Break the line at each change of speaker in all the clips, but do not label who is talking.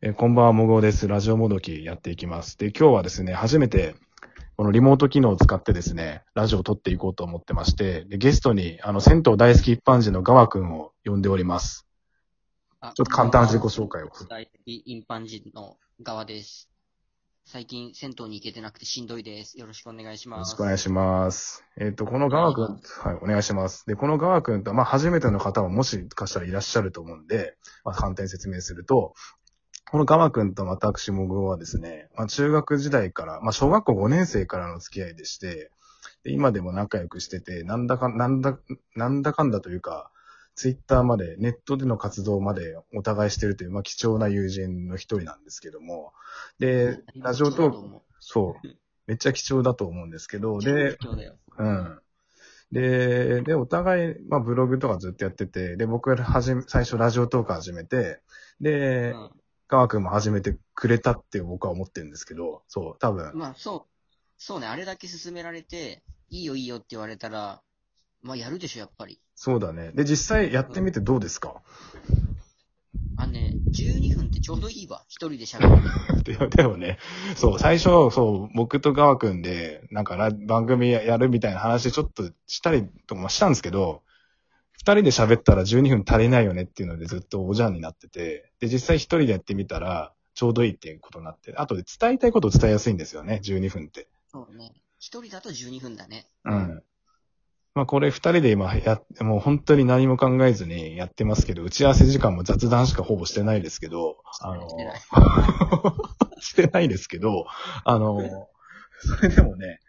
えーこんばんは、もごうです。ラジオもどきやっていきます。で、今日はですね、初めて、このリモート機能を使ってですね、ラジオを撮っていこうと思ってまして、でゲストに、あの、銭湯大好き一般人のガワくんを呼んでおります。
あ
ちょっと簡単な自己紹介を。
大的一般人の側です。最近、銭湯に行けてなくてしんどいです。よろしくお願いし
よ
ま
ろ
す。
しくお願いします。えっ、と、このガワくん、はい、お願いします。で、このガワくんとは、まあ、初めての方ももしかしたらいらっしゃると思うんで、まあ、簡単に説明すると、このガワくんと私もごはですね、まあ、中学時代から、まあ、小学校5年生からの付き合いでして、で今でも仲良くしてて、なんだか、なんだ、なんだかんだというか、ツイッターまで、ネットでの活動までお互いしてるという、まあ、貴重な友人の一人なんですけども、で、ラジオトーク、
ク。
そう。めっちゃ貴重だと思うんですけど、
で
で、、
今日だよ。
うん。で、で、お互い、まあ、ブログとかずっとやってて、で、僕が始め、最初ラジオトーク始めて、
う
で、
ん
川くんも始めてくれたって僕は思ってるんですけど、そう、多分、
まあ、そう。そうね、あれだけ勧められて、いいよいいよって言われたら、まあ、やるでしょ、やっぱり。
そうだね。で、実際やってみてどうですか、
あのね、12分ってちょうどいいわ。一人で喋る。
で でもね、そう、最初、そう、僕と川くんで、なんかラ、番組ややるみたいな話ちょっとしたりとかもしたんですけど、二人で喋ったら12分足りないよねっていうのでずっとおじゃんになってて、で、実際一人でやってみたら、ちょうどいいっていうことになって、あとで伝えたいことを伝えやすいんですよね、12分って。
そうね。一人だと12分だね。
うん。まあこれ二人で今やっ、もう本当に何も考えずにやってますけど、打ち合わせ時間も雑談しかほぼしてないですけど、あの
してない、
してないですけど、あの、 それでもね、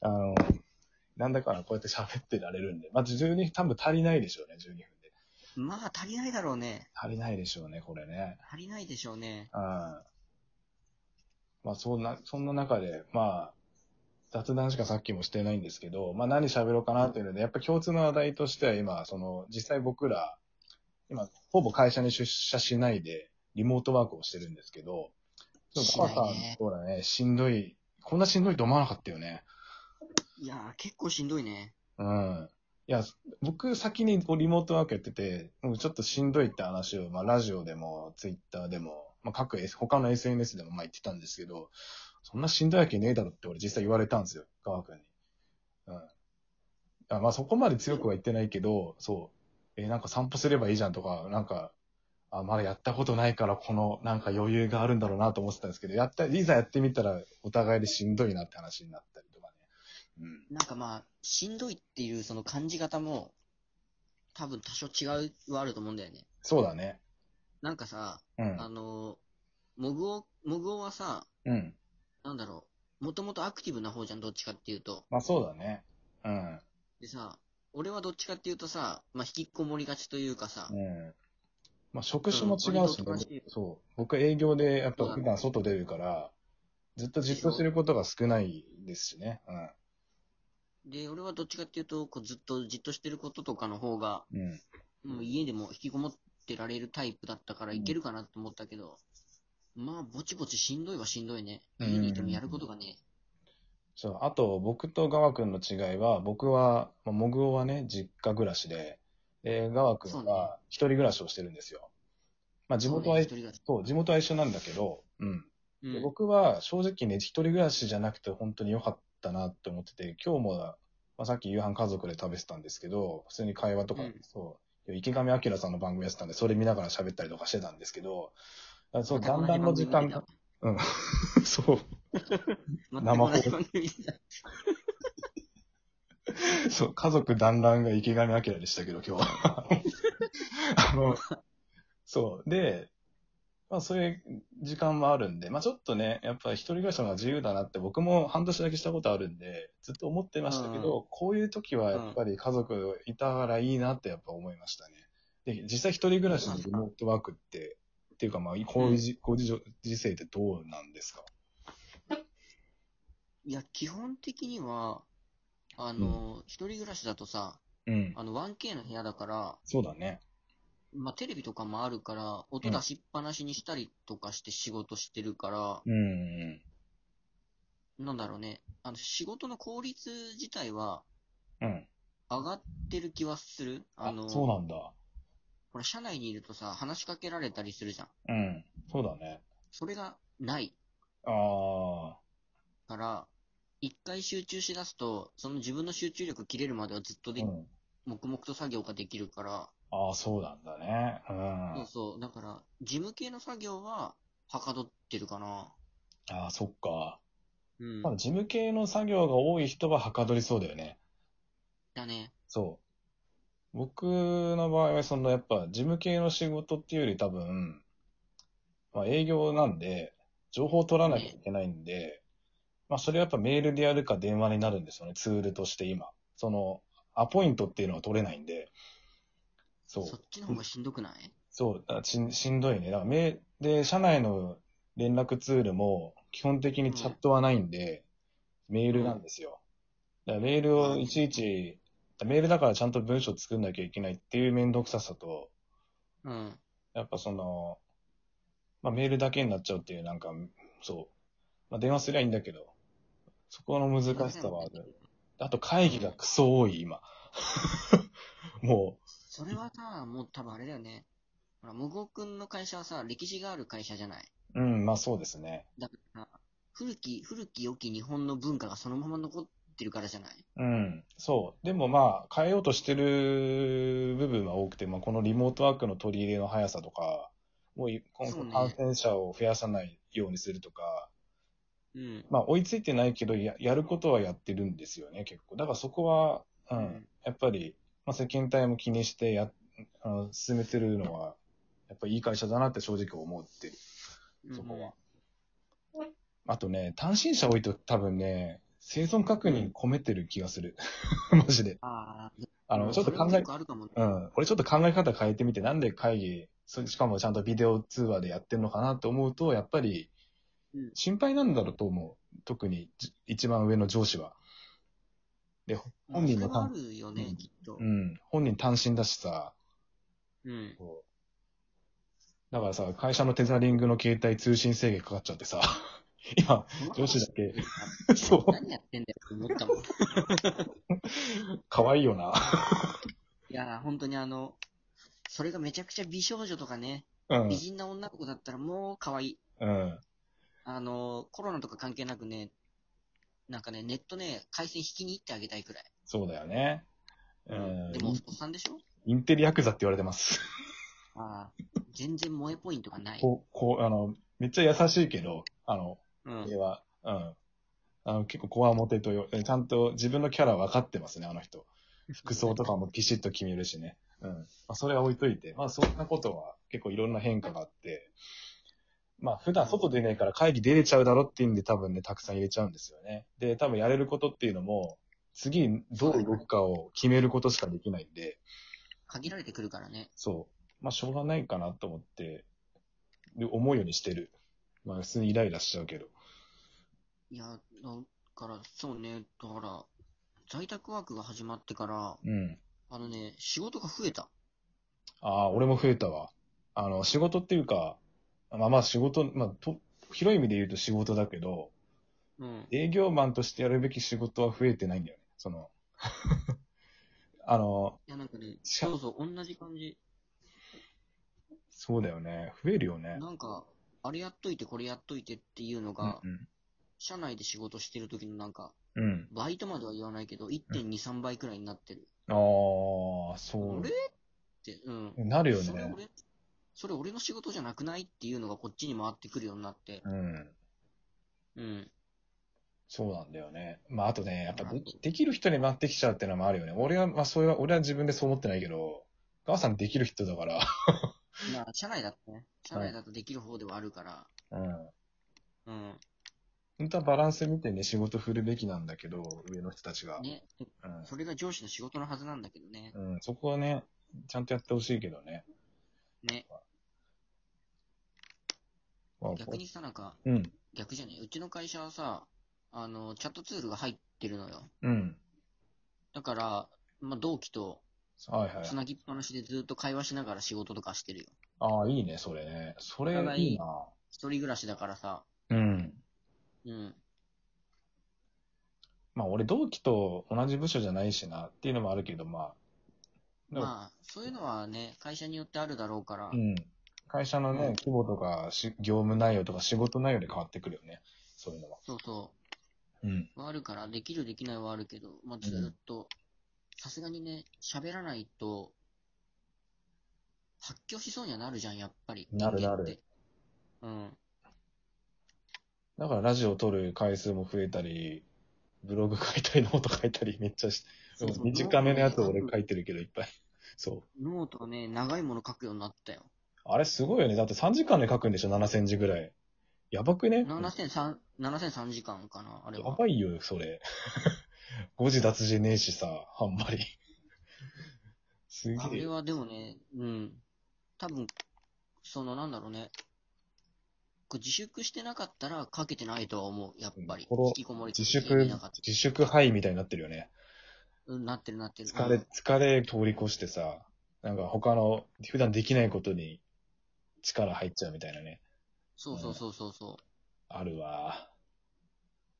あの、なんだかなこうやって喋ってられるんで、まあ12分多分足りないでしょうね、12分で。
まあ、足りないだろうね。
足りないでしょうね、これね。
足りないでしょうね。
うん。まあそんな、そんな中で、まあ、雑談しかさっきもしてないんですけど、まあ何喋ろうかなっていうので、やっぱ共通の話題としては今、その、実際僕ら、今、ほぼ会社に出社しないで、リモートワークをしてるんですけど、でも
し
コ
な
ア
い
さん、
ね
そうだね、しんどい、こんなしんどいと思わなかったよね。
いやー、結構しんどいね。
うん。いや、僕先にこうリモートワークやってて、もうちょっとしんどいって話を、まあラジオでも、ツイッターでも、まあ各 S、他の SNS でもまあ言ってたんですけど、そんなしんどいわけねえだろって俺実際言われたんですよ、川君に。うん。あまあそこまで強くは言ってないけど、そう。えーなんか散歩すればいいじゃんとか、なんか、あ、まだやったことないからこのなんか余裕があるんだろうなと思ってたんですけど、やった、いざやってみたらお互いでしんどいなって話になったりとかね。うん。
なんかまあ、しんどいっていうその感じ方も、多分多少違うはあると思うんだよね。
そうだね。
なんかさ、
うん。
あの、モグオ、モグオはさ、
うん。
なんだろう、もともとアクティブな方じゃん、どっちかっていうと。
まあそうだね。うん。
でさ、俺はどっちかっていうとさ、まあ、引きこもりがちというかさ、
うん。まあ職種も違うし、
うん割と詳しい
そう。僕営業でやっぱ
そうだ
普
ね
段外出るから、ずっとじっとすることが少ないですしね。
で、俺はどっちかっていうと、こうずっとじっとしてることとかの方が、
うん。うん。
もう家でも引きこもってられるタイプだったから
うん
いけるかなと思ったけど、まあ、ぼちぼちしんどいはしんどいね。
うん
家にいてもやることがね、
そう。あと、僕とガワ君の違いは、僕は、まあ、モグオはね、実家暮らしで、で、ガワ君
そうね
は一人暮らしをしてるんですよ。まあ地元は、
そうね一人が
そう、地元は一緒なんだけど、うん。
うん
で僕は正直ね、一人暮らしじゃなくて本当に良かったなって思ってて、今日も、まあ、さっき夕飯家族で食べてたんですけど、普通に会話とか、
うん
そう、池上彰さんの番組やってたんで、それ見ながら喋ったりとかしてたんですけど、あそう、
ま
だ
た同
ん
じ
だんの時間が
番、
うん、 そう、
生放送。
そう、家族団らんが池上彰でしたけど、今日 は。あの、そう。で、まあそういう時間もあるんで、まあちょっとね、やっぱ一人暮らしの方が自由だなって僕も半年だけしたことあるんで、ずっと思ってましたけど、こういう時はやっぱり家族いたからいいなってやっぱ思いましたね。で、実際一人暮らしのリモートワークって、っていうかまあ、こういうじ、こういう時世ってどうなんですか
いや、基本的には、あの、一人暮らしだとさ、
うん。
あの、1K の部屋だから、
そうだね。
まあ、テレビとかもあるから、音出しっぱなしにしたりとかして仕事してるから、
うんうん
なんだろうね、あの、仕事の効率自体は
うん。うん。
上がってる気はする。あ
あ
の、
そうなんだ。
ほら、社内にいるとさ、話しかけられたりするじゃん。
うん。そうだね。
それがない
ああ、
から、一回集中しだすと、その自分の集中力切れるまではずっと
う
で、
ん。
黙々と作業ができるから、
ああ、そうなんだね。うん。
そうそう、だから、事務系の作業は、はかどってるかな。
ああ、そっか。
うん
ま。あ、事務系の作業が多い人ははかどりそうだよね。
だね。
そう。僕の場合は、そのやっぱ事務系の仕事っていうより多分、まあ営業なんで、情報を取らなきゃいけないんで、まあそれはやっぱメールでやるか電話になるんですよね、ツールとして今。その、アポイントっていうのは取れないんで、そう。
そっちの方がしんどくない
そう、だししんどいね。だからめで、社内の連絡ツールも、基本的にチャットはないんで、メールなんですよ。だからメールをいちいち、メールだからちゃんと文章作んなきゃいけないっていう面倒くささと、
うん。
やっぱその、まあ、メールだけになっちゃうっていう、なんか、そう。まあ、電話すりゃいいんだけど、そこの難しさはある。あと会議がクソ多い、今。 も
それはさ、もう多分あれだよね。ほら、もごくんの会社はさ、歴史がある会社じゃない。
う、うん、まあそうですね。
だから、古き、古き良き日本の文化がそのまま残ってるからじゃない
うん、そう。でもまあ、変えようとしてる部分は多くて、まあ、このリモートワークの取り入れの速さとか、もうい今
そ
後
うね
感染者を増やさないようにするとか、
うん。
まあ、追いついてないけどや、やることはやってるんですよね、結構。だからそこは、うん、
うん
やっぱり、まあ、世間体も気にしてや、あの進めてるのは、やっぱりいい会社だなって正直思ってる、そこは。あとね、単身者多いと多分ね、生存確認込めてる気がする。 マジで。
ああ、
あの、ちょっと考
それは
え
よ、くあるかもね。
うん。俺ちょっと考え方変えてみて、なんで会議、そしかもちゃんとビデオ通話でやってるのかなと思うと、やっぱり
うん、
心配なんだろうと思う。特に、じ一番上の上司は。本人の
それはあるよね、
うん
きっと
う。ん。本人単身だしさ、
うん。
こうだからさ、会社のテザリングの携帯通信制限かかっちゃってさ、 今、上司だけ、 そう
何やってんだよって思ったもん。い
可愛いよな。
やー、本当にあの、それがめちゃくちゃ美少女とかね、
うん
美。人な女の子だったらもう可愛い。
うん。
あの、コロナとか関係なくね、なんかね、ネットね、回線引きに行ってあげたいくらい。
そうだよね。うん
で。も、おっさんでしょ
インテリヤクザって言われてます。
ああ、全然萌えポイントがない。
こう、こう、あの、めっちゃ優しいけど、あの、
う
家
ん。
は、うん。あの、結構コアモテとよ、えちゃんと自分のキャラ分かってますね、あの人。服装とかもピシッと決めるしね。うん。まあ、それは置いといて。まあ、そんなことは結構いろんな変化があって、まあ、普段外出ないから会議出れちゃうだろっていうんで多分ね、たくさん入れちゃうんですよね。で、多分やれることっていうのも、次どう動くかを決めることしかできないんで、
限られてくるからね。
そう。まあ、しょうがないかなと思って、で思うようにしてる。まあ、普通にイライラしちゃうけど。
いや、だから、そうね、だから、在宅ワークが始まってから、
うん。
あのね、仕事が増えた。
ああ、俺も増えたわ。あの、仕事っていうか、まあまあ仕事、まあと、広い意味で言うと仕事だけど、
うん。
営業マンとしてやるべき仕事は増えてないんだよね。そ の、あの、
いや、なんかね、
しゃ
そうそう、同じ感じ。
そうだよね。増えるよね。
なんか、あれやっといて、これやっといてっていうのが、
うん
社内で仕事してる時のなんか、
うん。うん。
バイトまでは言わないけど、1.2、3倍くらいになってる。
ああ、そ
俺っ
う。
て、うん。
なるよ
それ
ね。
俺、それ俺の仕事じゃなくないっていうのがこっちに回ってくるようになって。
うん。
うん。
そうなんだよね。まあ、あとね、やっぱできできる人に回ってきちゃうっていうのもあるよね。俺は、まあ、それは、俺は自分でそう思ってないけど、母さんできる人だから、
まあ、社内だとね。社内だとできる方ではあるから。
うん。
うん。
本当はバランス見てね、仕事振るべきなんだけど、上の人たちが。
ね。
うん
それが上司の仕事のはずなんだけどね。
うん、そこはね、ちゃんとやってほしいけどね。
ね。
まあ
逆にさ、なんか、
うん、
逆じゃねえ。うちの会社はさ、あの、チャットツールが入ってるのよ。
うん。
だから、まあ、同期と、
はいはい
つ。なぎっぱなしでずっと会話しながら仕事とかしてるよ。
ああ、いいね、それね。それ
お互い
いいな。
一人暮らしだからさ。
うん。
うん。
まあ、俺、同期と同じ部署じゃないしな、っていうのもあるけど、まあ。でも
まあ、そういうのはね、会社によってあるだろうから、
うん。会社のね、
うん
規模とかし、業務内容とか仕事内容で変わってくるよね。そういうのは。
そうそ
うん。
う。はあるから、できるできないはあるけど、まあ、ずーっと、さすがにね、喋らないと、発狂しそうにはなるじゃん、やっぱり。
なる
人間
なる
って。うん。
だからラジオ撮る回数も増えたり、ブログ書いたり、ノート書いたりめっちゃし、
そうそう
短めのやつを俺書いてるけどいっぱい。 そう。
ノートはね、長いもの書くようになったよ。
あれすごいよね。だって3時間で書くんでしょ ?7 センチぐらい。やばくね
7003、7003時間かな、あれ
や
は。
ばいよ、それ。 誤字脱字ねえしさ、あんまり。 す
あ
げ
れ
え。
はでもね、うん。多分、そのなんだろうね。こう自粛してなかったら書けてないとは思う、やっぱり。
うんこの
引きこもり
自
と
粛
家にいなかっ、
自粛範囲みたいになってるよね。
たうんなってるなってる。
疲れ、疲れ通り越してさ、なんか他の、普段できないことに力入っちゃうみたいなね。
そうそうそうそうそう。
あるわ。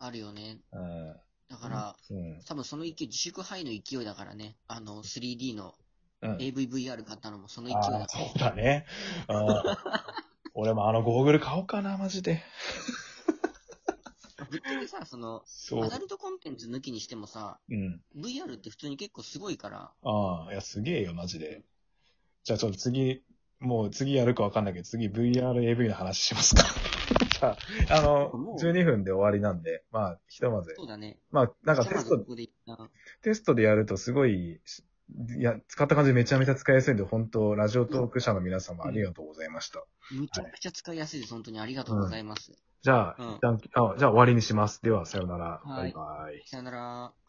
あるよね。
うん。
だから、
うん。
多分その勢い、自粛範囲の勢いだからね。あの、3D の
うん。
AVVR 買ったのもその勢い
あ
だ
あ
か
そうだね。うん。 俺もあのゴーグル買おうかな、マジで。
ら。ぶっちゃけさ、その、
そ
ア
う
ダ。ルトコンテンツ抜きにしてもさ、
うん。
VR って普通に結構すごいから、
ああ、いや、すげえよ、マジで。じゃあ、ちょっと次、もう次やるかわかんないけど、次 VRAV の話しますか。 じゃあ、あの
も、う
12分で終わりなんで、まあ、ひとまず
そ、うだね。
まあ、なんか
じゃ
テ
あま
ス
ず
ト
こ、こで一旦
テストでやるとすごい、しいや、使った感じめちゃめちゃ使いやすいんで、本当ラジオトーク社の皆様ありがとうございました。
めちゃくちゃ使いやすいです。本当にありがとうございます。
じゃあ、
うん
一旦あ、じゃあ終わりにします。では、さようなら。
はい
バイバイ。
さよなら。